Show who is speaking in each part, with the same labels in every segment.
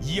Speaker 1: 以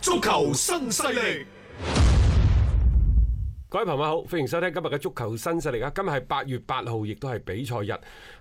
Speaker 1: 足球新勢力，
Speaker 2: 各位朋友好，歡迎收聽今日嘅足球新勢力啊！今日係八月八號，亦都係比賽日啊！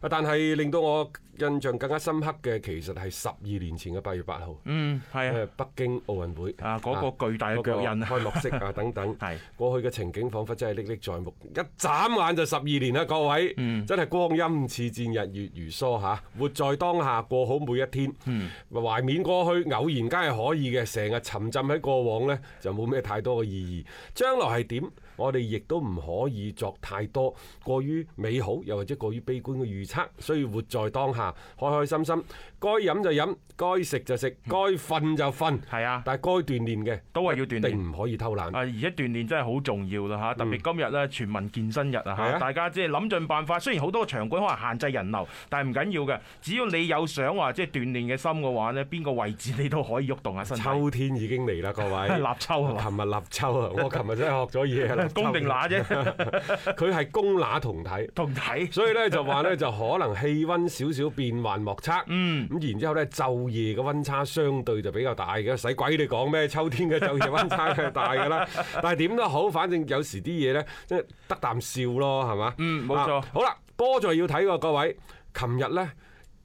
Speaker 2: 但係令到我印象更加深刻嘅，其實係十二年前嘅八月八號，
Speaker 3: 嗯，係
Speaker 2: 誒
Speaker 3: 啊，
Speaker 2: 北京奧運會
Speaker 3: 啊嗰個巨大嘅腳印
Speaker 2: 嗰
Speaker 3: 啊
Speaker 2: 個開幕式啊等等，
Speaker 3: 係
Speaker 2: 過去嘅情景彷彿真係歷歷在目，一眨眼就十二年啦，各位，
Speaker 3: 嗯
Speaker 2: 真係光陰似箭，日月如梭嚇，活在當下，過好每一天，
Speaker 3: 嗯
Speaker 2: 懷緬過去偶然間係可以嘅，成日沉浸喺過往呢，就冇咩太多嘅意義，將來係點？我哋亦都唔可以作太多過於美好，又或者過於悲觀嘅預測，所以活在當下，開開心心，該飲就飲，該食就食，該瞓就瞓。
Speaker 3: 嗯係啊
Speaker 2: 但係該鍛鍊嘅
Speaker 3: 都係要鍛鍊。
Speaker 2: 定唔可以偷懶
Speaker 3: 啊！。而家鍛鍊真係好重要啦嚇，特別今日咧全民健身日啊
Speaker 2: 係啊
Speaker 3: 嚇，大家即係諗盡辦法。雖然好多場館可能限制人流，但係唔緊要嘅，只要你有想話即係鍛鍊嘅心嘅話咧，邊個位置你都可以喐動下身體。
Speaker 2: 秋天已經嚟啦，各位。
Speaker 3: 立秋係嘛？
Speaker 2: 琴日立 秋啊！我琴日真係學咗嘢啊！立秋
Speaker 3: 公定乸啫，
Speaker 2: 佢係公乸同體。
Speaker 3: 同體
Speaker 2: 所以咧就話咧就可能氣温少少變幻莫測，
Speaker 3: 嗯
Speaker 2: 咁然之後咧晝夜嘅温差相對就比較大嘅，使鬼你講咩？秋天嘅晝夜温差係大 㗎啦，但係點都好，反正有時啲嘢咧，即係得啖笑咯，係嘛？
Speaker 3: 嗯冇錯
Speaker 2: 啊好啦，波就要睇喎，各位，琴日咧。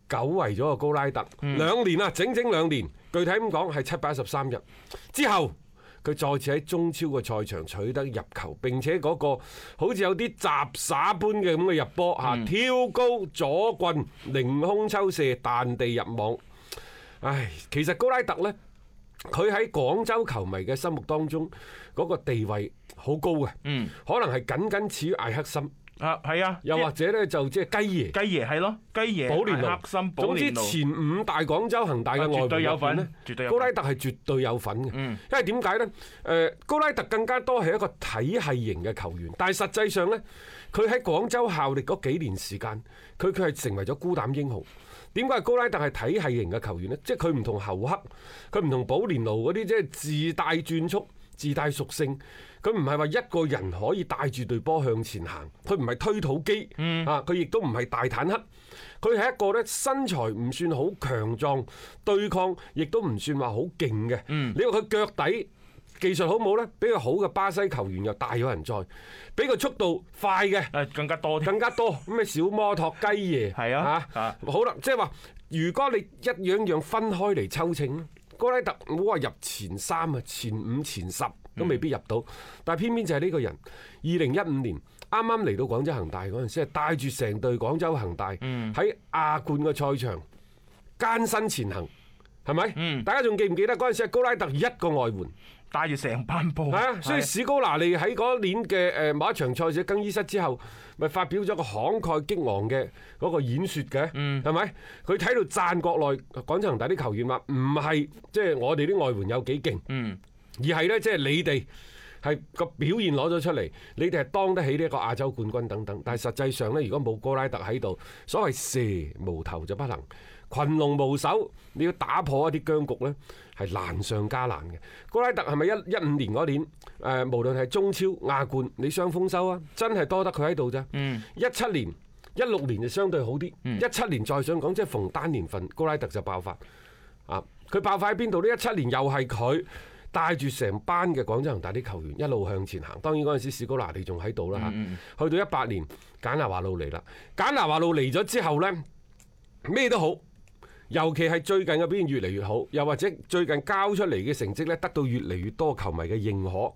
Speaker 2: 久違咗個高拉特、兩年啊，整整兩年。具體咁講係七百一十三日之後，佢再次喺中超嘅賽場取得入球，並且嗰個好似有啲雜耍般嘅咁嘅入波嚇，挑高左棍凌空抽射，彈地入網。唉，其實高拉特呢，佢喺廣州球迷嘅心目當中嗰、個地位好高嘅，
Speaker 3: 嗯
Speaker 2: 可能係僅僅次於艾克森，
Speaker 3: 啊，係啊，
Speaker 2: 又
Speaker 3: 即
Speaker 2: 或
Speaker 3: 係
Speaker 2: 者呢，就即係雞爺。
Speaker 3: 雞爺係咯，雞爺
Speaker 2: 保連奴、
Speaker 3: 黑心保
Speaker 2: 總之
Speaker 3: 連奴，
Speaker 2: 前五大廣州恒大嘅
Speaker 3: 啊
Speaker 2: 外
Speaker 3: 絕對
Speaker 2: 援
Speaker 3: 有
Speaker 2: 入邊
Speaker 3: 份
Speaker 2: 咧，
Speaker 3: 絕對有
Speaker 2: 高
Speaker 3: 份
Speaker 2: 拉特係絕對有份嘅。
Speaker 3: 嗯
Speaker 2: 因為點解呢？誒、呃高拉特更加多係一個體系型嘅球員，但係實際上呢，佢喺廣州效力嗰幾年時間，佢佢係成為咗孤膽英雄。點解高拉特係體系型嘅球員呢？即係佢唔同侯克，佢唔同保連奴嗰啲，即係自帶轉速。自帶屬性，佢唔係話一個人可以帶住隊波向前行，佢唔係推土機，
Speaker 3: 嗯
Speaker 2: 啊，佢亦都唔係大坦克，佢係一個咧身材唔算好強壯，對抗亦都唔算話好勁嘅。你話佢腳底技術好冇呢？比佢好嘅巴西球員又大有人在，比佢速度快嘅。
Speaker 3: 誒更加多啲。
Speaker 2: 更加多咩小摩托雞爺
Speaker 3: 係啊
Speaker 2: 嚇
Speaker 3: 啊
Speaker 2: 好啦，即係話如果你一樣樣分開嚟抽秤，高拉特唔好話入前三啊、前五、前十都
Speaker 3: 嗯
Speaker 2: 未必入到，但係偏偏就係呢個人，二零一五年。啱啱嚟到廣州恒大嗰陣時，係帶住成隊廣州恒大
Speaker 3: 嗯
Speaker 2: 喺亞冠嘅賽場艱辛前行，係咪？
Speaker 3: 嗯
Speaker 2: 大家仲記唔記得嗰陣時係高拉特一個外援？
Speaker 3: 帶住成班波，
Speaker 2: 係啊，所以史高拿利喺嗰年嘅誒某一場賽事更衣室之後，咪發表咗個慷慨激昂嘅嗰個演説嘅，係咪、佢睇到讚國內廣州恒大啲球員話，唔係即係我哋啲外援有幾勁，
Speaker 3: 嗯
Speaker 2: 而係呢，即係你哋。係個表現攞咗出嚟，你哋係當得起呢一個亞洲冠軍等等，但係實際上呢，如果冇高拉特喺度，所謂蛇無頭就不能，群龍無首，你要打破一啲僵局呢，係難上加難嘅。高拉特係咪一一五年嗰年誒、呃，無論係中超、亞冠，你雙豐收啊，真係多得佢喺度咋？
Speaker 3: 嗯
Speaker 2: 一七年、一六年就相對好啲，一七年再想講，即係逢單年份，高拉特就爆發。啊！佢爆發喺邊度呢？一七年又係佢帶住成班嘅廣州恒大啲球員一路向前行。當然嗰陣時史高拿利仲喺度啦嚇。去到一八年，簡拿華路嚟啦。簡拿華路嚟咗之後呢，咩都好。尤其係最近嘅表現越嚟越好，又或者最近交出嚟嘅成績呢，得到越嚟越多球迷嘅認可。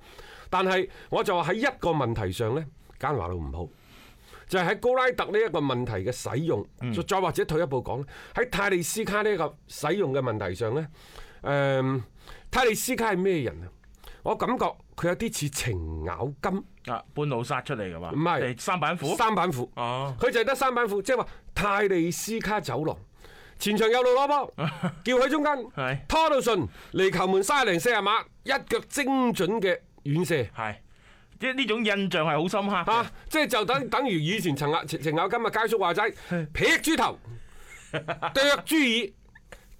Speaker 2: 但係我就話喺一個問題上呢，簡華路唔好。就係喺高拉特呢一個問題嘅使用，
Speaker 3: 嗯
Speaker 2: 再或者退一步講，喺泰利斯卡呢一個使用嘅問題上呢，誒、泰利斯卡係咩人啊？我感覺佢有啲似程咬金，
Speaker 3: 啊，半路殺出嚟嘅嘛，
Speaker 2: 唔係
Speaker 3: 誒三板斧，
Speaker 2: 三板斧。
Speaker 3: 哦，
Speaker 2: 佢就係得三板斧，即係話泰利斯卡走廊前場有路攞 波，叫佢中間
Speaker 3: 係
Speaker 2: 拖到順離球門三十零四十碼，一腳精準嘅遠射。
Speaker 3: 係，即係呢種印象係好深刻嘅
Speaker 2: 啊，即係就等等於以前陳咬陳陳咬金啊，佳叔話齋，劈豬頭，剁豬耳，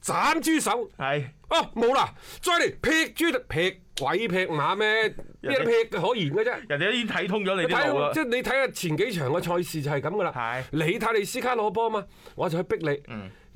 Speaker 2: 斬豬手，
Speaker 3: 係
Speaker 2: 哦冇啦，再嚟劈豬頭劈鬼劈馬咩？邊有劈可言嘅啫？
Speaker 3: 人哋已經睇通咗你
Speaker 2: 你
Speaker 3: 啲路啦
Speaker 2: 睇，即係你睇下前幾場嘅賽事就係咁噶啦
Speaker 3: 係，嗯
Speaker 2: 你睇你斯卡攞波嘛，我就去逼你，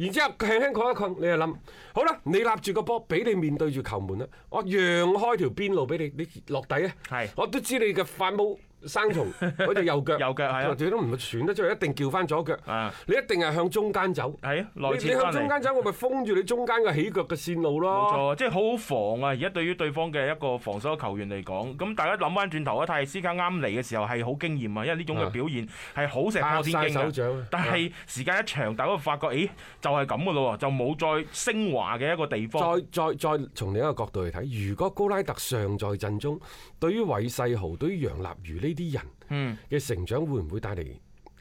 Speaker 2: 然之後輕輕抗一抗，你就諗，好啦，你立住個波，俾你面對住球門啦，我讓開條邊路俾你，你落底啊
Speaker 3: 係，
Speaker 2: 我都知你嘅發毛生 蟲嗰隻右腳，
Speaker 3: 右腳係啊
Speaker 2: 最都唔傳得出去，一定叫翻左腳
Speaker 3: 啊，
Speaker 2: 你一定係向中間走，
Speaker 3: 係啊
Speaker 2: 你
Speaker 3: 內
Speaker 2: 你
Speaker 3: 切
Speaker 2: 向
Speaker 3: 返嚟
Speaker 2: 中間走，我咪封住你中間嘅起腳嘅線路
Speaker 3: 冇
Speaker 2: 咯。
Speaker 3: 錯，即係好好防啊！而家對於對方嘅一個防守球員嚟講，咁大家諗翻轉頭啊，泰利斯卡啱嚟嘅時候係好驚豔啊，因為呢種嘅表現係好石破天
Speaker 2: 拍晒手
Speaker 3: 驚
Speaker 2: 掌
Speaker 3: 嘅
Speaker 2: 啊。
Speaker 3: 但係時間一長，大家會發覺，咦，就係咁嘅咯喎，就冇再升華嘅一個地方。
Speaker 2: 再再再從另一個角度嚟睇，如果高拉特尚在陣中，對於韋世豪、對於楊立瑜呢啲人嘅成長，會唔會帶嚟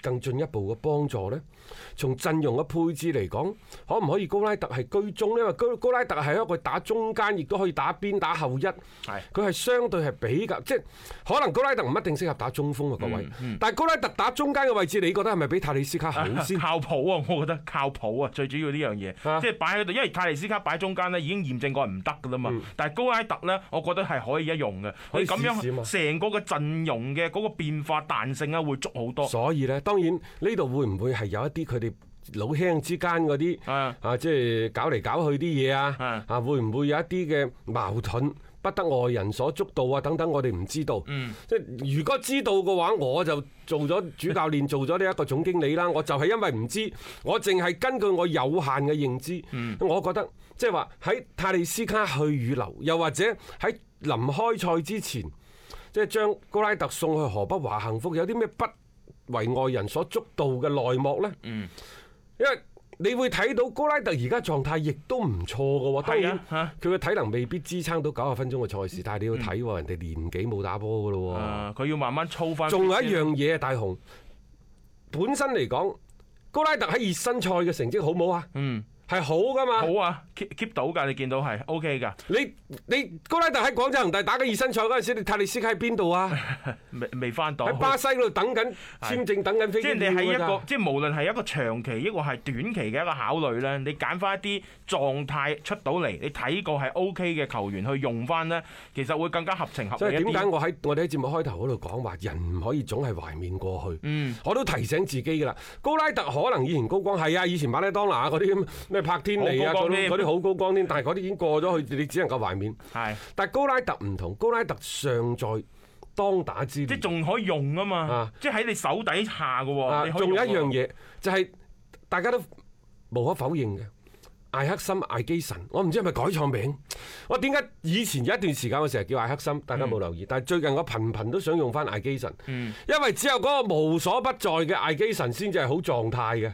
Speaker 2: 更進一步嘅幫助呢？從陣容嘅配置嚟講，可唔可以高拉特係居中呢？因為高高拉特係一個打中間，亦都可以打邊打後一。佢係相對係比較，即係可能高拉特唔一定適合打中鋒啊，各位。但係高拉特打中間嘅位置，你覺得係咪比泰利斯卡好先？
Speaker 3: 靠譜啊！我覺得靠譜啊，最主要呢樣
Speaker 2: 啊
Speaker 3: 嘢，即係擺喺度，因為泰利斯卡擺中間咧已經驗證過係唔得噶啦嘛。但係高拉特咧，我覺得係可以一用嘅。
Speaker 2: 嗯可以
Speaker 3: 你咁
Speaker 2: 試試嘛
Speaker 3: 樣成個嘅陣容嘅嗰個變化彈性啊，會足好多。
Speaker 2: 所以咧，當然呢度會唔會係有一啲佢哋老輕之間嗰啲
Speaker 3: 啊
Speaker 2: 啊，即係搞嚟搞去啲嘢啊
Speaker 3: 啊，
Speaker 2: 啊會唔會有一啲嘅矛盾？不得外人所捉到啊！等等，我哋唔知道。
Speaker 3: 嗯
Speaker 2: 即係如果知道嘅話，我就做咗主教練，做咗呢一個總經理啦。我就係因為唔知，我淨係根據我有限嘅認知，
Speaker 3: 嗯
Speaker 2: 我覺得即係話喺泰利斯卡去與留，又或者喺臨開賽之前。即係將高拉特送去河北華幸福，有啲咩不為外人所捉到嘅內幕呢？嗯，因為你會睇到高拉特而家狀態亦都唔錯嘅喎，當
Speaker 3: 係
Speaker 2: 然
Speaker 3: 啊嚇嗯
Speaker 2: 佢嘅體能未必支撐到九十分鐘嘅賽事，但係你要睇喎，人哋年紀冇打波嘅咯喎。
Speaker 3: 啊！佢要慢慢操翻。
Speaker 2: 哦仲有一樣嘢啊，大雄本身嚟講，高拉特喺熱身賽嘅成績好冇啊？
Speaker 3: 嗯，
Speaker 2: 係好噶嘛？
Speaker 3: 好啊，keep keep 到㗎，你見到係 OK 㗎，
Speaker 2: 你你高拉特喺廣州恒大打緊熱身賽嗰陣時，你泰利斯卡喺邊度 啊？
Speaker 3: 未未翻到。
Speaker 2: 喺巴西嗰度等緊簽證，等緊飛
Speaker 3: 即
Speaker 2: 機
Speaker 3: 哦係你
Speaker 2: 票
Speaker 3: 喺一
Speaker 2: 㗎咋
Speaker 3: 個，即係無論係一個長期，抑或係短期嘅一個考慮咧，你揀翻一啲狀態出到嚟，你睇過係 O K 嘅球員去用翻咧，其實會更加合情合
Speaker 2: 所以
Speaker 3: 理一
Speaker 2: 點解
Speaker 3: 啲。
Speaker 2: 我喺我哋喺節目開頭嗰度講話，人唔可以總係懷緬過去。
Speaker 3: 嗯
Speaker 2: 我都提醒自己㗎啦。高拉特可能以前高光係啊，以前馬拉當拿嗰啲咁咩柏天尼啊，
Speaker 3: 好高
Speaker 2: 嗰
Speaker 3: 光
Speaker 2: 啲
Speaker 3: 添
Speaker 2: 嗰啲好高光添，但係嗰啲已經過咗去，你只能夠懷緬。
Speaker 3: 係，
Speaker 2: 但係高拉特唔同，高拉特尚在當打之
Speaker 3: 即係
Speaker 2: 年。
Speaker 3: 仲可以用啊嘛
Speaker 2: 啊，
Speaker 3: 即係喺你手底下嘅
Speaker 2: 啊
Speaker 3: 喎。你可以
Speaker 2: 仲有一樣
Speaker 3: 用喎，
Speaker 2: 嘢就係大家都無可否認嘅。艾克森、艾基神，我唔知係咪改錯名。我點解以前有一段時間我成日叫艾克森，
Speaker 3: 嗯
Speaker 2: 大家冇留意，但係最近我頻頻都想用翻艾基神，因為只有嗰個無所不在嘅艾基神先至係好狀態嘅。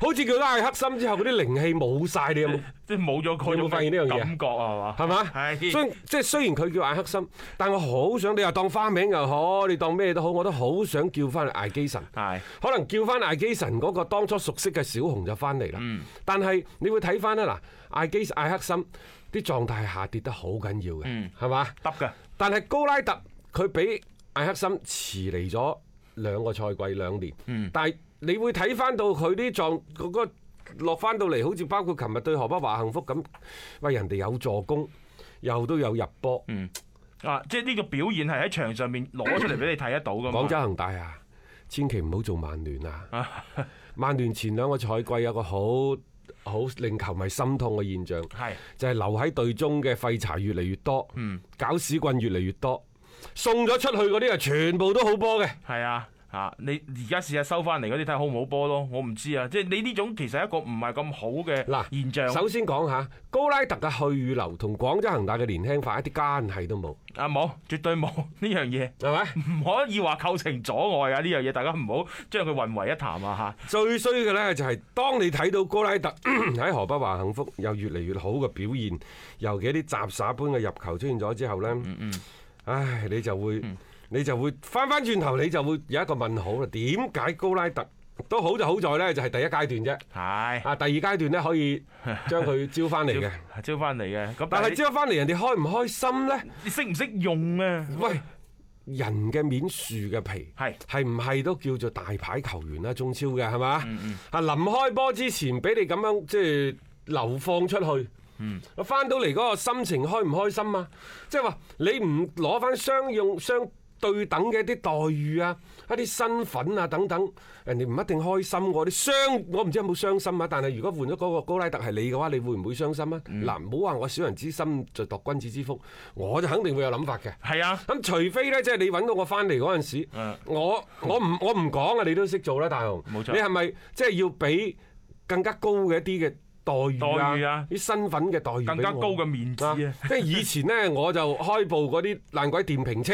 Speaker 2: 好似叫咗艾克森之後，嗰啲靈氣冇晒，你有冇？
Speaker 3: 即係冇咗嗰
Speaker 2: 你有冇
Speaker 3: 種
Speaker 2: 發現呢樣嘢
Speaker 3: 感覺啊係嘛？
Speaker 2: 係嘛？
Speaker 3: 係
Speaker 2: 雖即係雖然佢叫艾克森，但我好想你又當花名又好，你當咩都好，我都好想叫翻艾基神。
Speaker 3: 係
Speaker 2: 可能叫翻艾基神嗰個當初熟悉嘅小紅就翻嚟啦。
Speaker 3: 嗯
Speaker 2: 但係你會睇翻咧嗱，艾基艾克森啲狀態係下跌得好緊要
Speaker 3: 嗯
Speaker 2: 嘅，係嘛、
Speaker 3: 得㗎，
Speaker 2: 但係高拉特佢比艾克森遲嚟咗兩個賽季兩年，但係你會睇翻到佢啲狀嗰、個落翻到嚟，好似包括琴日對河北華幸福咁，喂人哋有助攻，又都有入波，
Speaker 3: 啊！即係呢個表現係喺場上面攞出嚟俾你睇得到㗎嘛。
Speaker 2: 廣州恒大啊，千祈唔好做曼聯啊！曼聯前兩個賽季有個好好令球迷心痛嘅現象，
Speaker 3: 係
Speaker 2: 就係留喺隊中嘅廢柴越嚟越多，搞屎棍越嚟越多，送咗出去嗰啲啊，全部都好波嘅，
Speaker 3: 係啊。啊！你而家試下收翻嚟嗰啲睇下好唔好波咯，我唔知啊。即係你呢種其實係一個唔係咁好
Speaker 2: 嗱
Speaker 3: 嘅現象。
Speaker 2: 首先講下高拉特嘅去與留同廣州恒大嘅年輕化一啲關係都冇，
Speaker 3: 啊冇，絕對冇 呢樣嘢，
Speaker 2: 係咪？
Speaker 3: 唔可以話構成阻礙啊！呢樣嘢大家唔好將佢混為一談啊嚇。
Speaker 2: 最衰嘅呢，就係當你睇到高拉特 喺河北華幸福有越嚟越好嘅表現，尤其一啲雜耍般嘅入球出現咗之後呢，
Speaker 3: 嗯
Speaker 2: 唉，你就會你就會翻翻轉頭，你就會有一個問號啦。點解高拉特都好就好在呢，就係第一階 段啫。
Speaker 3: 係
Speaker 2: 啊，第二階段呢，可以將佢招翻嚟嘅，
Speaker 3: 招啊招翻嚟嘅，咁
Speaker 2: 但
Speaker 3: 但
Speaker 2: 係
Speaker 3: 係
Speaker 2: 招翻嚟人哋開唔開心呢？
Speaker 3: 你識唔識用啊？
Speaker 2: 喂，人嘅面樹嘅皮
Speaker 3: 係
Speaker 2: 係唔係都叫做大牌球員啦？中超嘅係嘛？啊，臨開波之前俾你咁樣即係流放出去。我翻到嚟嗰個心情開唔開心啊？即係話你唔攞翻相用相對等嘅一啲待遇啊、一啲身份啊等等，人哋唔一定開心喎。你傷我唔知有冇傷心啊，但係如果換咗嗰個高拉特係你嘅話，你會唔會傷心啊？嗱、唔好話我小人之心就度君子之腹，我就肯定會有諗法嘅。
Speaker 3: 係啊，
Speaker 2: 咁除非咧，即係你揾到我翻嚟嗰陣時
Speaker 3: 嗯，
Speaker 2: 我我唔我唔講啊，你都識做啦，大雄。
Speaker 3: 冇錯
Speaker 2: 你係咪即係要俾更加高嘅一啲嘅待遇
Speaker 3: 待遇啊
Speaker 2: 啲身份嘅待遇
Speaker 3: 更
Speaker 2: 俾
Speaker 3: 加
Speaker 2: 我
Speaker 3: 高嘅面子
Speaker 2: 啊
Speaker 3: 啊！
Speaker 2: 即係以前咧，我就開部嗰啲爛鬼電瓶 車。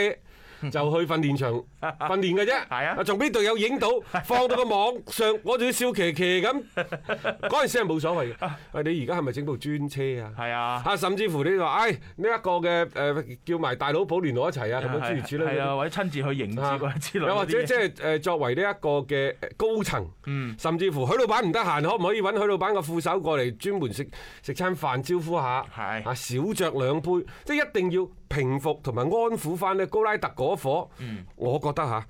Speaker 2: 就去訓練場訓練嘅啫，
Speaker 3: 係啊
Speaker 2: 仲俾隊友影 到，放到個網上，我仲要笑騎騎咁。嗰陣時係冇所謂嘅。喂，你而家係咪整部專車啊？
Speaker 3: 係啊。
Speaker 2: 啊，甚至乎你話，唉，呢一個嘅誒叫埋大佬保聯絡一齊啊，咁樣諸如此類嗰
Speaker 3: 係
Speaker 2: 啲
Speaker 3: 啊，或者親自去迎接
Speaker 2: 啊
Speaker 3: 啊之類嗰啲嘢。
Speaker 2: 又或者即係誒作為呢一個嘅高層，甚至乎許老闆唔得閒，可唔可以揾許老闆個副手過嚟專門食食餐飯招呼下？
Speaker 3: 係
Speaker 2: 啊，少酌兩杯，即係一定要平復同埋安撫翻咧高拉特嗰火。我覺得嚇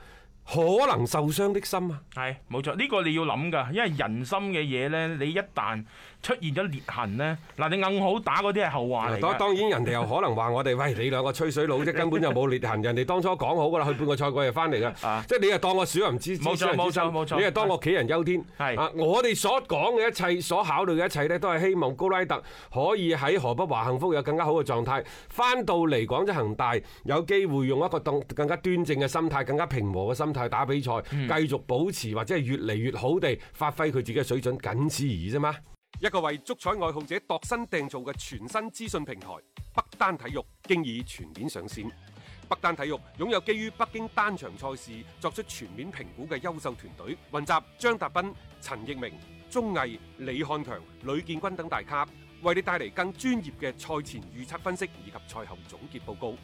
Speaker 2: 可能受傷的心啊，
Speaker 3: 係冇錯，呢、個你要諗㗎，因為人心嘅嘢呢，你一旦出現咗裂痕呢，嗱你硬好打嗰啲係後話嚟
Speaker 2: 當
Speaker 3: 㗎。
Speaker 2: 當然人哋又可能話我哋，喂你兩個吹水佬啫，根本就冇裂痕。人哋當初講好㗎啦，去半個賽季就翻嚟
Speaker 3: 啊
Speaker 2: 㗎，即係你又當我小人之
Speaker 3: 冇錯
Speaker 2: 小人之心
Speaker 3: 冇錯冇錯
Speaker 2: 你又當我杞人憂天。
Speaker 3: 係
Speaker 2: 啊，我哋所講嘅一切，所考慮嘅一切呢，都係希望高拉特可以喺河北華幸福有更加好嘅狀態，翻到嚟廣州恒大有機會用一個更更加端正嘅心態、更加平和嘅心態打比賽，繼續保持或者係越嚟越好地發揮佢自己嘅水準，僅此而已啫嘛。一個為足彩愛好者度身訂造嘅全新資訊平台北單體育，經已全面上線。北單體育擁有基於北京單場賽事作出全面評估嘅優秀團隊，雲集張達斌、陳奕明、鐘毅、李漢強、呂建軍等大咖，為你帶嚟更專業嘅賽前預測分析以及賽後總結報告。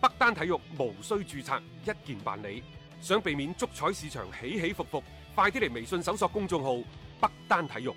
Speaker 2: 北單體育無需註冊，一鍵辦理。想避免足彩市場起起伏伏，快啲嚟微信搜索公眾號北單體育。